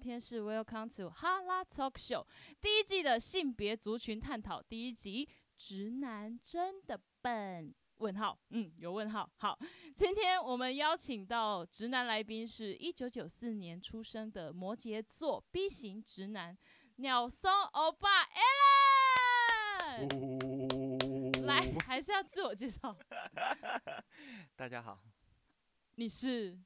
天是 Welcome to 哈拉 Talk Show 第一季的性别族群探讨第一集，直男真的笨。问号，嗯，有问号。好，今天我们邀请到直男来宾是一九九四年出生的摩羯座 B 型直男鸟松欧巴 Alan。来，还是要自我介绍， 大家好你是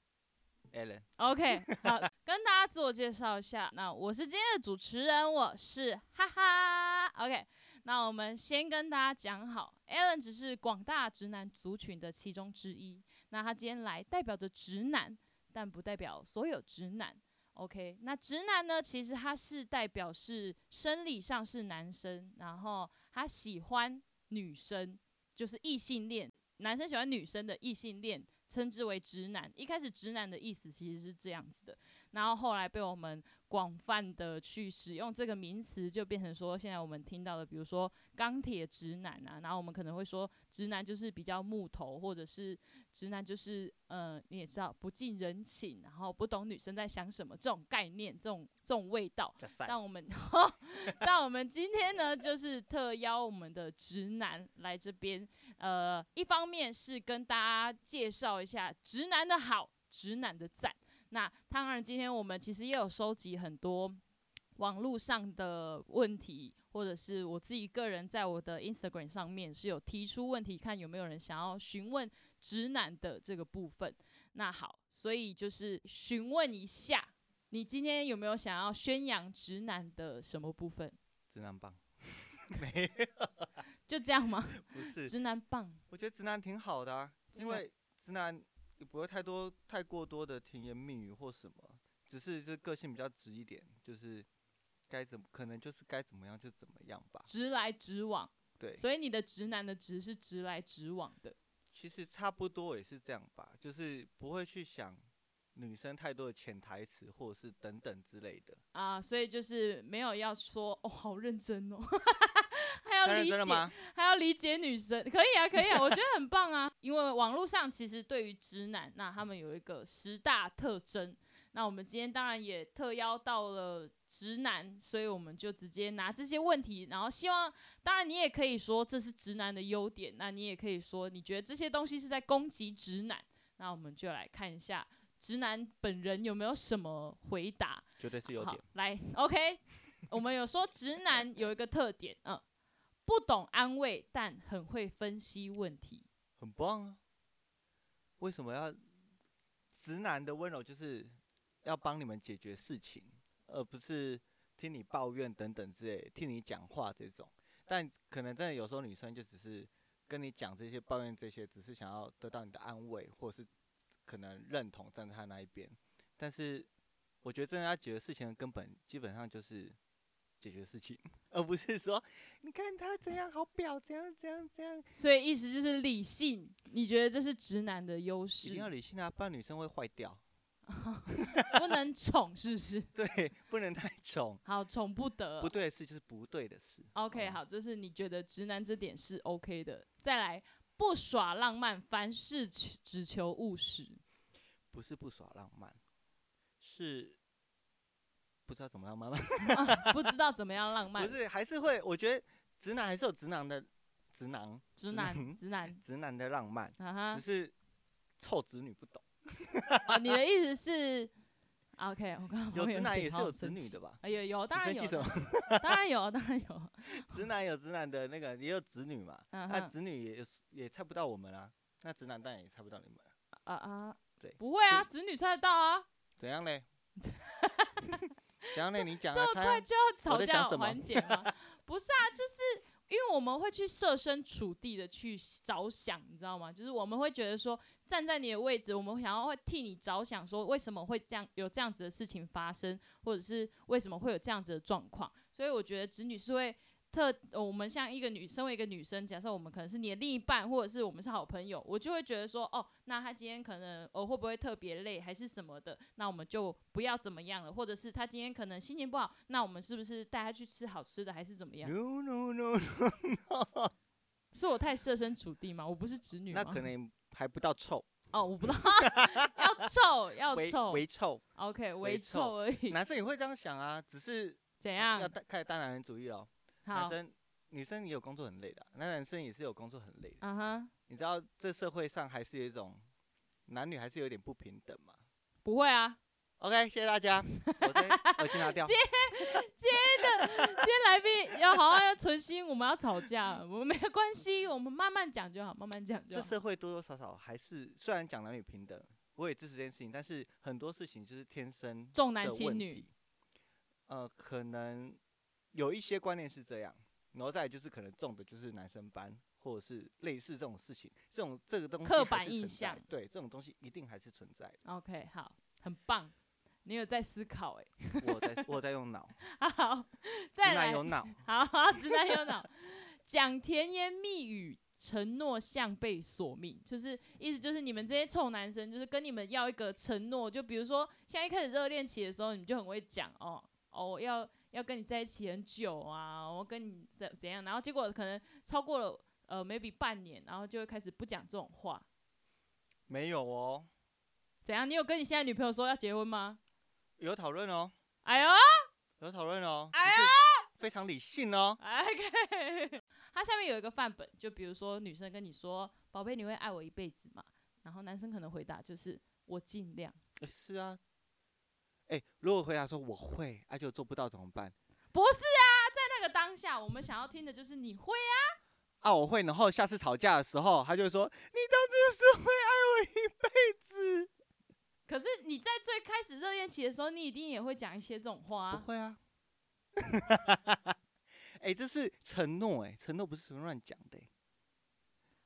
，Allen， OK，好，跟大家自我介绍一下。那我是今天的主持人，我是哈哈。OK，那我们先跟大家讲好，Alan 只是广大直男族群的其中之一。那他今天来代表着直男，但不代表所有直男。OK，那直男呢？其实他是代表是生理上是男生，然后他喜欢女生，就是异性恋。男生喜欢女生的异性恋称之为直男。一开始直男的意思其实是这样子的，然后后来被我们广泛的去使用这个名词，就变成说现在我们听到的，比如说钢铁直男啊，然后我们可能会说直男就是比较木头，或者是直男就是呃你也知道不近人情，然后不懂女生在想什么这种概念，这种这种味道。加赛但我们， 但我们今天呢，就是特邀我们的直男来这边。呃，一方面是跟大家介绍一下直男的好，直男的赞。那当然，今天我们其实也有收集很多网络上的问题，或者是我自己个人在我的 Instagram 上面是有提出问题，看有没有人想要询问直男的这个部分。那好，所以就是询问一下。你今天有没有想要宣扬直男的什么部分？直男棒， 没有，就这样 吗？不是，直男棒，我觉得直男挺好的啊，直因男为直男也不会太多太过多的甜言蜜语或什么，只是这个性比较直一点，就是该怎么可能就是该怎么样就怎么样吧。直来直往，对，所以你的直男的直是直来直往的。其实差不多也是这样吧，就是不会去想女生太多的潜台词或者是等等之类的。啊、所以就是没有要说哦，好认真哦， 还当要然理真的解，吗？还要理解女生，可以啊，可以啊，我觉得很棒啊。因为网络上其实对于直男，那他们有一个十大特征，那我们今天当然也特邀到了直男，所以我们就直接拿这些问题，然后希望，当然你也可以说这是直男的优点，那你也可以说你觉得这些东西是在攻击直男，那我们就来看一下直男本人有没有什么回答。绝对是有好，点。来，OK，我们有说直男有一个特点，嗯，不懂安慰，但很会分析问题。很棒啊！为什么要直男的温柔就是要帮你们解决事情，而不是听你抱怨等等之类，听你讲话这种。但可能真的有时候女生就只是跟你讲这些抱怨这些，只是想要得到你的安慰，或是可能认同站在她那一边。但是我觉得真的要解决事情的根本，基本上就是解决事情， 而不是说你看他怎样好婊，怎样怎样怎样，所以意思就是理性，你觉得这是直男的优一势定，要理性啊，不然女生会坏掉。 不能宠，是不是？对，不能太宠。好，宠不得不。对的事就是不对的事。 OK，嗯好，这是你觉得直男这点是 OK 的。再来，不耍浪漫，凡事只只求务实。不是不耍浪漫，是 不知道怎么浪漫吧？啊、不知道怎么样浪不漫，是，还是会，我觉得直男还是有直男的直男，直直男，男直男，直男的浪漫，啊哈只，是臭直女不懂。哦，你的意思是 OK？我刚刚有旁边直男点也是好有直生女气的吧？哎有有，当你然生有气，什么？ 当然有，当然有。直男有直男的那个，也有直女嘛。嗯那哼直女也是也猜不到我们啊，那直男当然也猜不到你们啊。啊啊，对不会啊，是子女猜得到啊，怎样 嘞？怎样嘞？你讲啊，这么猜快啊就要吵在架想的什么环节吗？不是啊，就是因为我们会去设身处地的去着想，你知道吗？就是我们会觉得说，站在你的位置，我们想要会替你着想，说为什么会这样有这样子的事情发生，或者是为什么会有这样子的状况。所以我觉得子女是会。特、呃我们像一个女，身为一个女生，假设我们可能是你的另一半，或者是我们是好朋友，我就会觉得说，哦，那他今天可能哦会不会特别累，还是什么的，那我们就不要怎么样了，或者是他今天可能心情不好，那我们是不是带他去吃好吃的，还是怎么样？ ？No no no 是我太设身处地吗？我不是直女吗？那可能还不到臭，哦，我不知道， 要臭要微臭微臭， ，OK，微微臭而已，男生也会这样想啊，只是怎要样？大开始大男人主义了。男好，生女生也有工作很累的啊、那男生也是有工作很累的。嗯哼，你知道这社会上还是有一种男女还是有点不平等嘛不会啊， ？OK，谢谢大家，我先耳机 拿掉。今天来 宾要好好要存心，我们要吵架，我们没有关系，我们慢慢讲就好，慢慢讲就这好。社会多多少少还是虽然讲男女平等，我也支持这件事情，但是很多事情就是天生重的男问轻女题，呃，可能有一些观念是这样，然后再来就是可能重的就是男生班，或者是类似这种事情，这种这个东西刻还板是印存在象。对这种东西一定还是存在的，OK，好，很棒，你有在思考哎、我在我在用脑， 好，直 再男来有，脑， 好好，直男有脑， 讲甜言蜜语。承诺像被索命，就是意思就是你们这些臭男生，就是跟你们要一个承诺，就比如说像一开始热恋期的时候，你们就很会讲哦哦，我要要跟你在一起很久啊，我跟你怎怎样，然后结果可能超过了呃 maybe 半年，然后就会开始不讲这种话，没有哦，怎样？你有跟你现在女朋友说要结婚吗？有讨论哦，哎呦有讨论哦，哎只是非常理性哦。 ，OK，它下面有一个范本，就比如说女生跟你说：“宝贝，你会爱我一辈子吗？”然后男生可能回答就是“我尽量诶是啊，哎、如果回答说我会，而、啊、且做不到怎么办？”，不是啊，在那个当下，我们想要听的就是你会啊，啊，我会，然后下次吵架的时候，他就会说你当初是会爱我一辈子，可是你在最开始热恋期的时候，你一定也会讲一些这种话、不啊。会啊。 哎、这是承诺哎、承诺不是随便乱讲的、欸。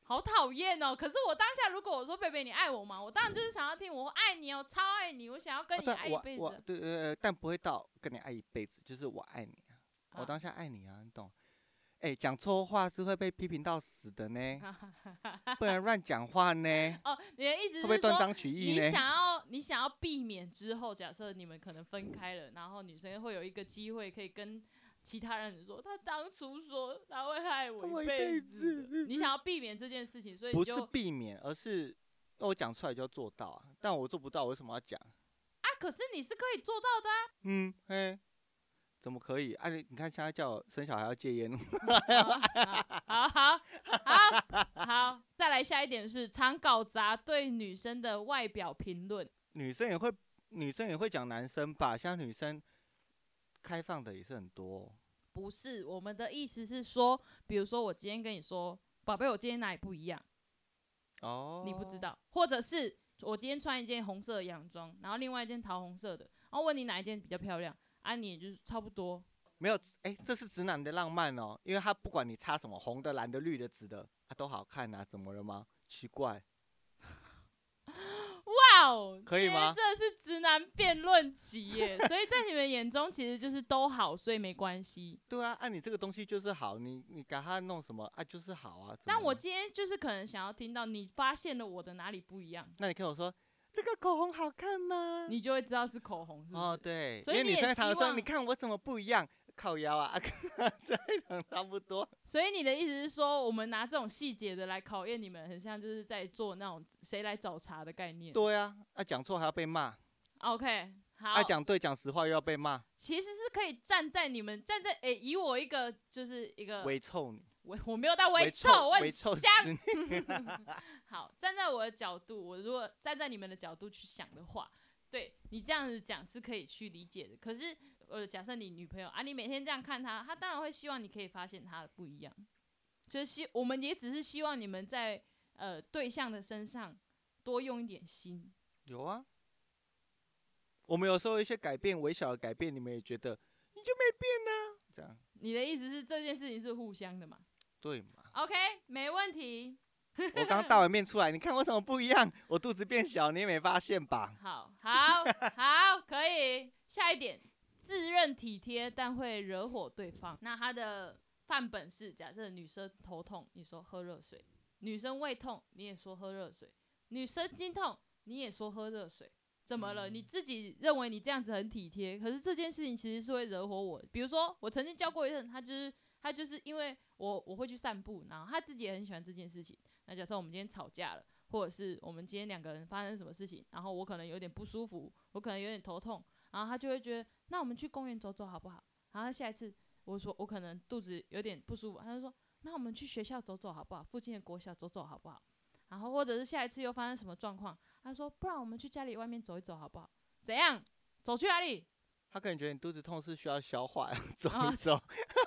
好讨厌哦！可是我当下如果我说贝贝，你爱我吗？我当然就是想要听我爱你哦，超爱你，我想要跟啊你爱但一我辈子。我对对对，但不会到跟你爱一辈子，就是我爱你啊，啊我当下爱你啊，你懂？哎、讲错话是会被批评到死的 呢，不然乱讲话呢，哦，你的意思会不会是断说，章取义你呢？想要你想要避免之后，假设你们可能分开了，然后女生会有一个机会可以跟其他人说，她当初说她会害我我一一辈辈子的，子你想要避免这件事情，所以你不是就避免，而是哦我讲出来就要做到啊。但我做不到，我为什么要讲？啊，可是你是可以做到的啊、嗯，嘿，怎么可以？啊，你你看现在叫我生小孩要戒烟，好好好好好，再来下一点是常搞砸对女生的外表评论。女生也会，女生也会讲男生吧？现在女生开放的也是很多哦、不是，我们的意思是说，比如说我今天跟你说，宝贝，我今天哪里不一样，哦你不知？道，或者是我今天穿一件红色的洋装，然后另外一件桃红色的，然后问你哪一件比较漂亮，啊，你也就是差不多。没有，哎、这是直男的浪漫哦，因为他不管你擦什么，红的、蓝的、绿的、紫的，啊，都好看啊，怎么了吗？奇怪，哇哦，可以吗这是直男辩论集耶，所以在你们眼中其实就是都好，所以没关系。对啊，按、你这个东西就是好，你你给他弄什么啊，就是好啊。怎但么我了今天就是可能想要听到你发现了我的哪里不一样，那你跟我说这个口红好看吗？你就会知道是口红，是不是？哦，对，所以因为你也女生会常常希说，望你看我怎么不一样，靠腰啊，啊， 这一种差 不多。所以你的意思是说，我们拿这种细节的来考验你们，很像就是在做那种谁来找茬的概念。对啊，啊讲错还要被骂， OK，好，啊讲对讲实话又要被骂，其实是可以站在你们站在诶、以我一个就是一个微臭你，我我没有到嗯微臭，臭我微很臭香。之女好，站在我的角度，我如果站在你们的角度去想的话，对你这样子讲是可以去理解的。可是呃，假设你女朋友啊，你每天这样看她，她当然会希望你可以发现她的不一样。就是希我们也只是希望你们在呃对象的身上多用一点心。有啊。我们有时候一些改变，微小的改变，你们也觉得你就没变呢、这样你的意思是这件事情是互相的嘛对嘛？ ？OK，没问题。我刚大完面出来，你看我怎么不一样？我肚子变小，你也没发现吧？好好 好，可以。下一点，自认体贴但会惹火对方。那他的范本是：假设女生头痛，你说喝热水；女生胃痛，你也说喝热水；女生经痛，你也说喝热水。怎么了？嗯你自己认为你这样子很体贴，可是这件事情其实是会惹火我的。比如说，我曾经教过一个人，他就是他就是因为我我会去散步，然后他自己也很喜欢这件事情。那假设我们今天吵架了，或者是我们今天两个人发生什么事情，然后我可能有点不舒服，我可能有点头痛，然后他就会觉得，那我们去公园走走好不好？然后下一次我说我可能肚子有点不舒服，他就说，那我们去学校走走好不好？附近的国小走走好不好？然后或者是下一次又发生什么状况，他说，不然我们去家里外面走一走好不好？怎样？走去哪里？他可能觉得你肚子痛是需要消化，走哦一走，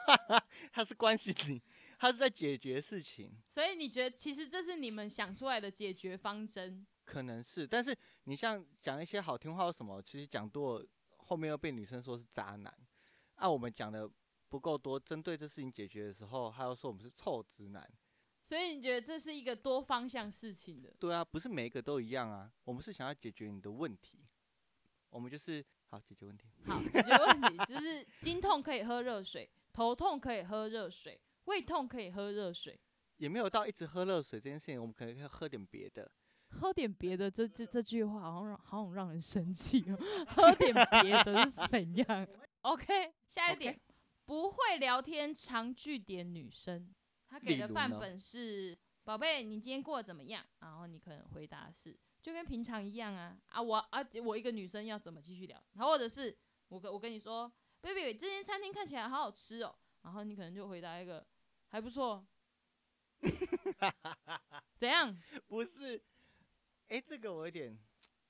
他是关心你，他是在解决事情，所以你觉得其实这是你们想出来的解决方针？可能是，但是你像讲一些好听话或什么，其实讲多了后面又被女生说是渣男，啊，我们讲的不够多，针对这事情解决的时候，他又说我们是臭直男，所以你觉得这是一个多方向事情的？对啊，不是每一个都一样啊，我们是想要解决你的问题，我们就是好解决问题，好，解决问题就是经痛可以喝热水，头痛可以喝热水，胃痛可以喝热水，也没有到一直喝热水这件事情，我们可能要喝点别的， 喝点别的。这这这句话好像让好像让人生气哦， 喝点别的是怎样？OK，下一 OK 点不会聊天常据点女生，她给例的如范呢本是“宝贝，你今天过得怎么样？”然后你可能回答是就跟平常一样啊啊我啊我一个女生要怎么继续聊？然后或者是我跟我跟你说，baby，这间餐厅看起来好好吃哦，然后你可能就回答一个还不错，哦 怎样？不是，哎、这个我有点。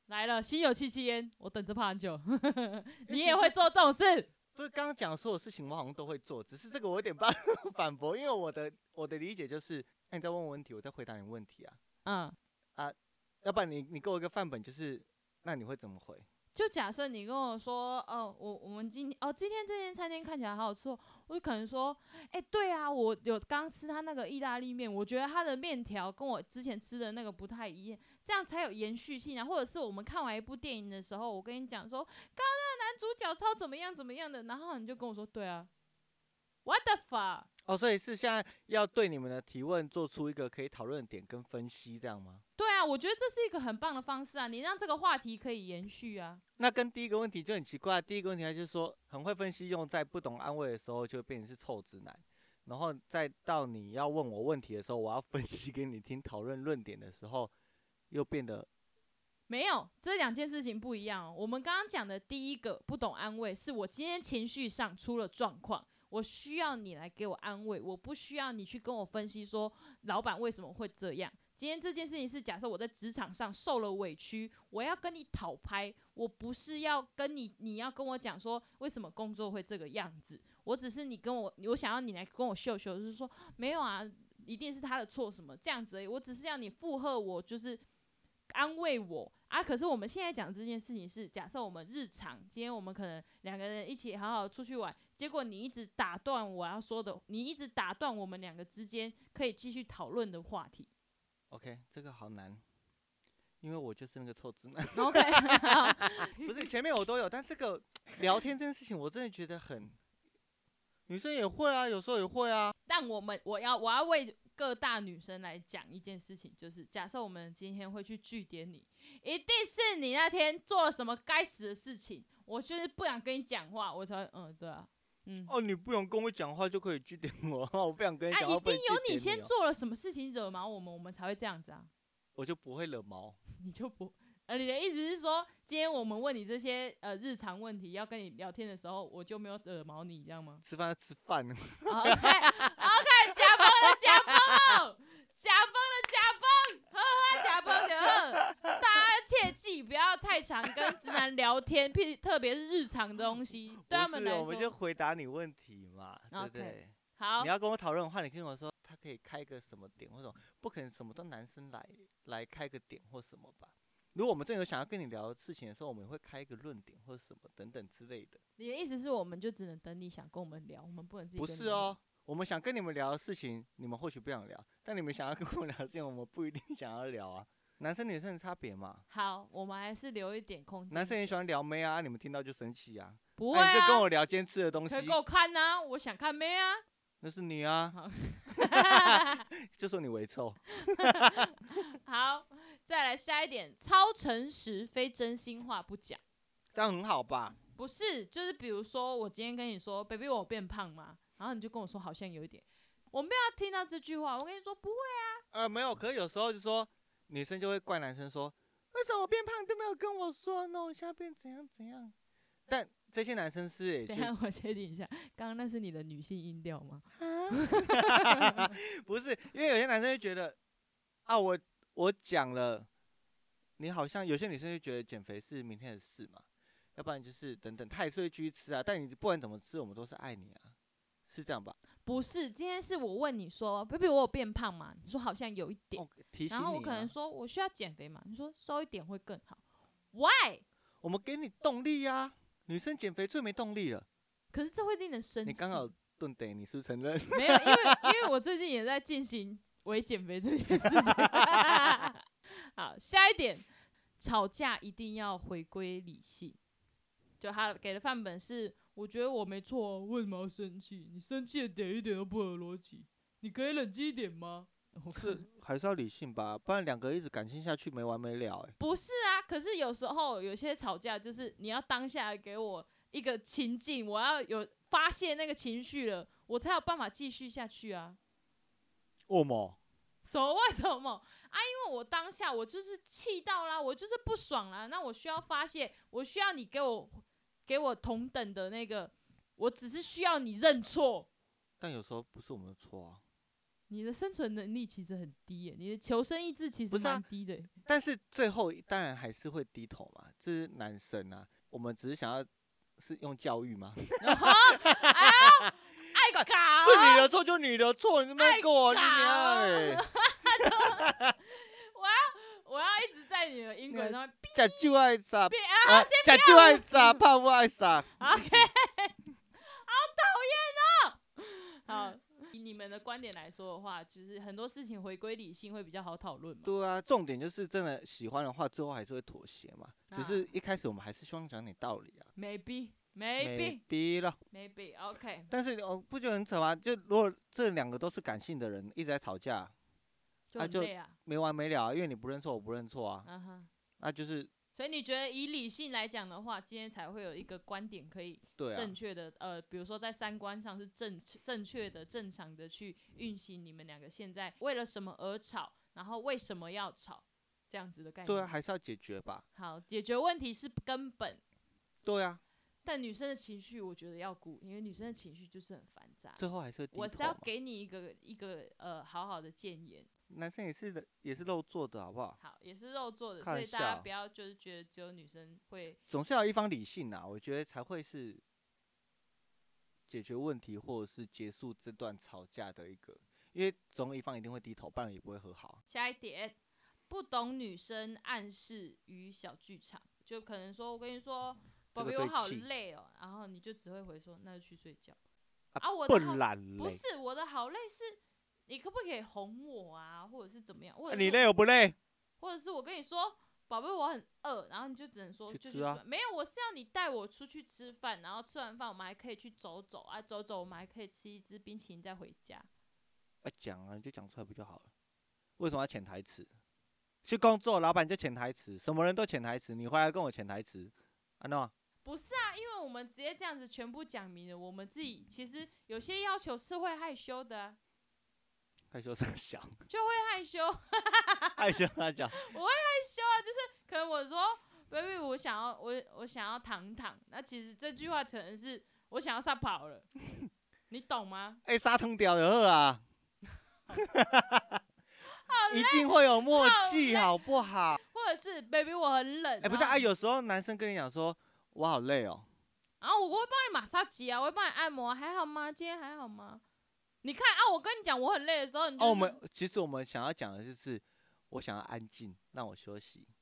来了，心有戚戚焉，我等着怕很久。 你也会做这种事？不是刚刚讲的所有事情，我好像都会做，只是这个我有点反 反驳，因为我的我的理解就是，那、你在问我问题，我在回答你问题啊，嗯，要不然你你给我一个范本，就是那你会怎么回？就假设你跟我说，哦，我我们今哦今天这间餐厅看起来好好吃、哦，我就可能说，哎、对啊，我有刚吃他那个意大利面，我觉得他的面条跟我之前吃的那个不太一样，这样才有延续性啊。或者是我们看完一部电影的时候，我跟你讲说，刚刚那个男主角超怎么样怎么样的，然后你就跟我说，对啊，what the fuck？哦，所以是现在要对你们的提问做出一个可以讨论的点跟分析，这样吗？对啊，我觉得这是一个很棒的方式啊，你让这个话题可以延续啊。那跟第一个问题就很奇怪，啊第一个问题他就是说很会分析，用在不懂安慰的时候就会变成是臭直男，然后再到你要问我问题的时候，我要分析给你听，讨论论点的时候又变得没有，这两件事情不一样哦、我们刚刚讲的第一个不懂安慰，是我今天情绪上出了状况，我需要你来给我安慰，我不需要你去跟我分析说老板为什么会这样。今天这件事情是假设我在职场上受了委屈，我要跟你讨拍，我不是要跟你，你要跟我讲说为什么工作会这个样子，我只是你跟我，我想要你来跟我秀秀，就是说没有啊，一定是他的错什么这样子而已，我只是要你附和我，就是安慰我啊。可是我们现在讲这件事情是，假设我们日常，今天我们可能两个人一起好好出去玩，结果你一直打断我要说的，你一直打断我们两个之间可以继续讨论的话 题。 OK，这个好难，因为我就是那个臭 直男。 OK，不是前面我都有，但这个聊天这件事情，我真的觉得很，女生也会啊，有时候也会啊。但我们我要我要为各大女生来讲一件事情，就是假设我们今天会去据点你，一定是你那天做了什么该死的事情，我就是不想跟你讲话，我才会嗯对啊，嗯。哦，你不用跟我讲话就可以据点我， 我不想跟你啊，讲一话不定能据点哦、有你先做了什么事情惹毛我们，我们才会这样子啊。我就不会惹毛。你就不，呃，你的意思是说，今天我们问你这些呃日常问题，要跟你聊天的时候，我就没有惹毛你，这样 吗哦吃饭要吃饭，好？OK，OK，假崩了，假崩，假崩了，假崩，呵呵，假崩的呵，大家切记不要太常跟直男聊天，譬特别是日常的东西，对他不们是哦来我们就说，回答你问题嘛，对不 OK 对？好你，要跟我讨论的话，你跟我说他可以开个什么点或什么，不可能什么都男生来来开个点或什么吧。如果我们真的有想要跟你聊的事情的时候，我们也会开一个论点或什么等等之类的。你的意思是我们就只能等你想跟我们聊，我们不能自己不跟你是聊哦，我们想跟你们聊的事情，你们或许不想聊，但你们想要跟我聊的事情，我们不一定想要聊啊。男生女生的差别嘛，好，我们还是留一点空间。男生也喜欢聊妹啊，你们听到就生气啊，不会啊你就跟啊，我聊今天吃的东西可以，给我看呐、我想看妹啊。那是你啊， 就说你猥臭。好，再来下一点，超诚实，非真心话不讲。这样很好吧？不是，就是比如说，我今天跟你说，baby，我变胖吗？然后你就跟我说，好像有一点。我没有要听到这句话，我跟你说不会。呃，没有，可是有时候就说，女生就会怪男生说，为什么我变胖都没有跟我说呢？我现在变怎样怎样？但这些男生是也等去一下我确定一下，刚刚那是你的女性音调吗？啊，不是，因为有些男生就觉得啊，我我讲了，你好像有些女生就觉得减肥是明天的事嘛，要不然就是等等，她也是会继续吃啊。但你不管怎么吃，我们都是爱你啊，是这样吧？不是，今天是我问你说，baby，我有变胖吗？你说好像有一点，哦，提醒然后我你、可能啊，说我需要减肥嘛，你说瘦一点会更好，why？我们给你动力呀、啊。女生减肥最没动力了，可是这会令人生气。你刚好顿得，你是不是承认？没有，因为因为我最近也在进行微减肥这件事情。 好，下一点，吵架一定要回归理性。就他给的范本是，我觉得我没错、啊，为什么要生气？你生气的点一点都不合逻辑，你可以冷静一点吗？ 我 是还是要理性吧，不然两个一直感性下去没完没了、欸。不是啊，可是有时候有些吵架就是你要当下给我一个情境，我要有发泄那个情绪了，我才有办法继续下去啊。哦么？ 什么？为什么啊？因为我当下我就是气到啦，我就是不爽啦，那我需要发泄，我需要你给我给我同等的那个，我只是需要你认错。但有时候不是我们的错啊。你的生存能力其实很低耶、你的求生意志其实不是啊蛮低的耶、但是最后当然还是会低头嘛，这是男生啊。我们只是想要是用教育吗？是爱哎搞你的错就你的错，你没给我你娘哎哎，我要一直在你的音轨上面逼假就爱傻，逼啊假就爱傻，怕不爱傻。啊！OK，好讨厌哦。好，以你们的观点来说的话，就是很多事情回归理性会比较好讨论嘛。对啊，重点就是真的喜欢的话，最后还是会妥协嘛。只啊是一开始我们还是希望讲点道理啊。 Maybe, 没 maybe, 逼了， maybe. OK，但是我不觉得很扯吗？就如果这两个都是感性的人，一直在吵架，就啊很就累啊。没完没了啊，因为你不认错，我不认错啊，嗯哼。那就是所以你觉得以理性来讲的话，今天才会有一个观点可以对啊。正确的、呃，比如说在三观上是正正确的、正常的去运行你们两个现在为了什么而吵，然后为什么要吵这样子的概念。对啊，还是要解决吧。好，解决问题是根本，对啊，但女生的情绪我觉得要顾，因为女生的情绪就是很繁杂。最后还是会低我头是要嘛给你一个一个呃好好的建言。男生也是的，也是肉做的好不好？好，也是肉做的，开所玩以大家笑不要就是觉得只有女生会。总是要有一方理性啊，我觉得才会是解决问题或者是结束这段吵架的一个，因为总有一方一定会低头，不然也不会和好。下一点，不懂女生暗示与小剧场，就可能说我跟你说，嗯这宝个贝，我最好气累哦，然后你就只会回说那就去睡觉啊我的好笨懒嘞啊不，是我的好累是，你可不可以哄我啊，或者是怎么样，或啊者你是累我不累？或者是我跟你说，宝贝，我很饿，然后你就只能说去就吃去啊吃饭没有，我是要你带我出去吃饭，然后吃完饭我们还可以去走走啊，走走我们还可以吃一支冰淇淋再回家。啊，讲啊，你就讲出来不就好了？为什么要潜台词？去工作，老板就潜台词，什么人都潜台词，你回来跟我潜台词，啊 no，不是啊，因为我们直接这样子全部讲明了，我们自己其实有些要求是会害羞的啊、害羞傻笑，就会害羞， 害害羞傻笑，羞啊，就是可能我说 baby，我想要我我想要躺躺，那其实这句话可能是我想要撒跑 了，你懂吗？哎、沙藤屌的喝啊， 一定会有默契，好不好？或者是 baby 我很冷，哎、不是然后啊，有时候男生跟你讲说，我好累哦，然后我会帮你马杀鸡啊，我会帮你按摩，还好吗？今天还好吗？你看啊，我跟你讲，我很累的时候，你就哦，是、我们其实我们想要讲的就是，我想要安静，让我休息。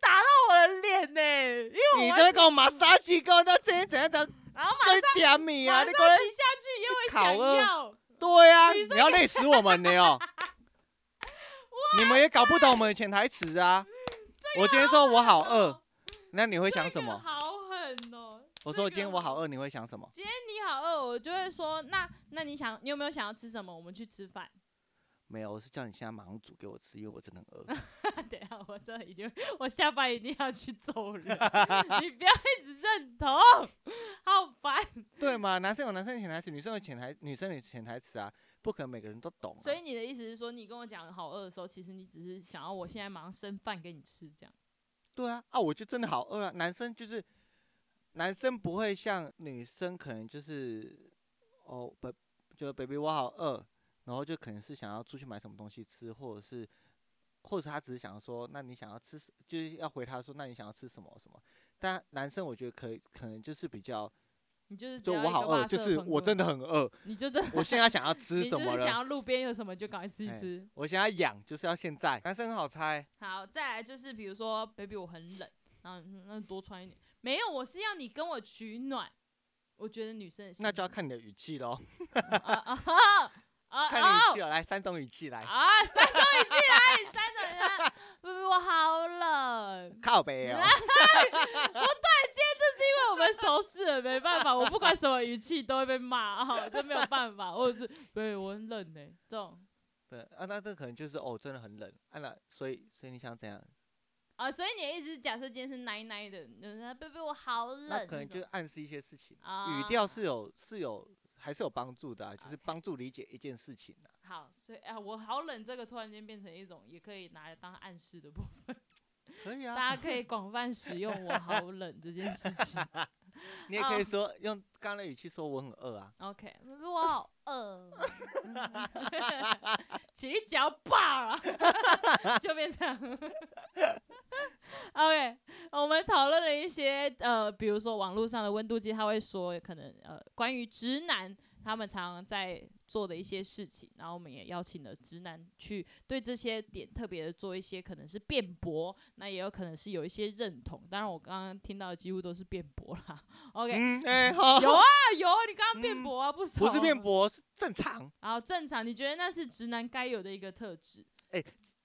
打到我的脸呢、因为我你完这跟我马杀鸡哥，那这怎样怎样然后跟点米啊？马你上可能骑下去，因为烤想鹅要。对啊，女生你要累死我们的 哦！你们也搞不懂我们的潜台词啊！我今天说我好饿，那你会想哎这什个么？嗯好狠哦！我说这今天个我好饿，你会想什么？今天你好饿，我就会说，那那你想，你有没有想要吃什么？我们去吃饭。 没有，我是叫你现在马上煮给我吃，因为我真的很饿。 等一下，我真的已经，我下班一定要去揍 人， 你不要一直认同，好烦。对嘛？男生有男生的潜台词，女生有潜台，女生有潜台词啊。不可能每个人都懂、啊。所以你的意思是说，你跟我讲好饿的时候，其实你只是想要我现在马上生饭给你吃，这样？对啊，啊，我就真的好饿啊！男生就是男生不会像女生，可能就是哦，不，就 baby 我好饿，然后就可能是想要出去买什么东西吃，或者是，或者他只是想要说，那你想要吃什，就是要回他说，那你想要吃什么什么？但男生我觉得可以，可能就是比较，你就是只就要我一好个饿，垃就圾是朋我友真的，很饿，你就真的，我现在想要吃 你就什么是想了，要路边有什么就赶快吃一哎吃。我现在痒，就是要现在。男生很好猜，好，再来就是比如说，baby 我很冷，然后你说那多穿一点。没有，我是要你跟我取暖。我觉得女生的心那就要意看你的语气喽，啊啊啊啊！看你语气哦，来三种语气来，啊，三种语气来，三种语气来， 不不，我好冷。靠北哦。因为我们熟识了，没办法，我不管什么语气都会被骂啊，这没有办法。 或者是，对我很冷呢、这种对啊，那这可能就是哦，真的很冷啊，那所以所以你想怎样？啊，所以你的意思是，假设今天是奶奶的，那贝贝我好冷那那种，可能就暗示一些事情，啊语调是有是有还是有帮助的、啊，就是 OK 帮助理解一件事情的、好，所以啊，我好冷这个突然间变成一种也可以拿来当暗示的部分，可以啊，大家可以广泛使用“我好冷”这件事情。你也可哦以说、用刚刚的语气说我很饿啊， OK，不不，我嗯好饿， 起立脚爆了， 就变这样。OK，我们讨论了一些呃，比如说网络上的温度计，他会说可能呃，关于直男他们常常在做的一些事情，然后我们也邀请了直男去对这些点特别的做一些可能是辩驳，那也有可能是有一些认同。当然，我刚刚听到的几乎都是辩驳啦。OK，嗯，哎、好，有啊有啊，你刚刚辩嗯驳啊，不少不是辩啊。驳，是正常。然后正常，你觉得那是直男该有的一个特质？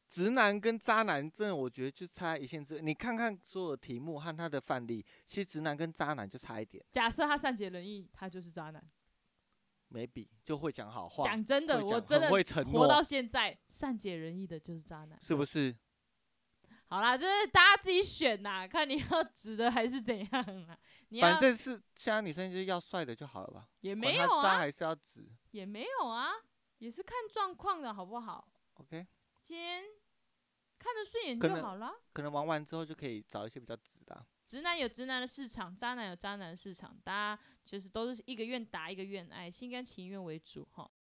直男跟渣男真的，我觉得就差一线之，你看看所有题目和他的范例，其实直男跟渣男就差一点假设他善解人意，他就是渣男。 ，maybe 就会讲好话，讲真的，会我讲真很的会承活到诺，现在，善解人意的就是渣男。是不是？好啦，就是大家自己选呐，看你要直的还是怎样 啦。你反要正是现在女生就是要帅的就好了吧，也管没他有渣啊，还是要直也没有啊，也是看状况的好不好？ ，OK。今天看得顺眼可就能好啦。可能玩完之后就可以找一些比较直的啊、直男有直男的市场，渣男有渣男的市场，大家就是都是一个愿打一个愿挨，心甘情愿为主哈。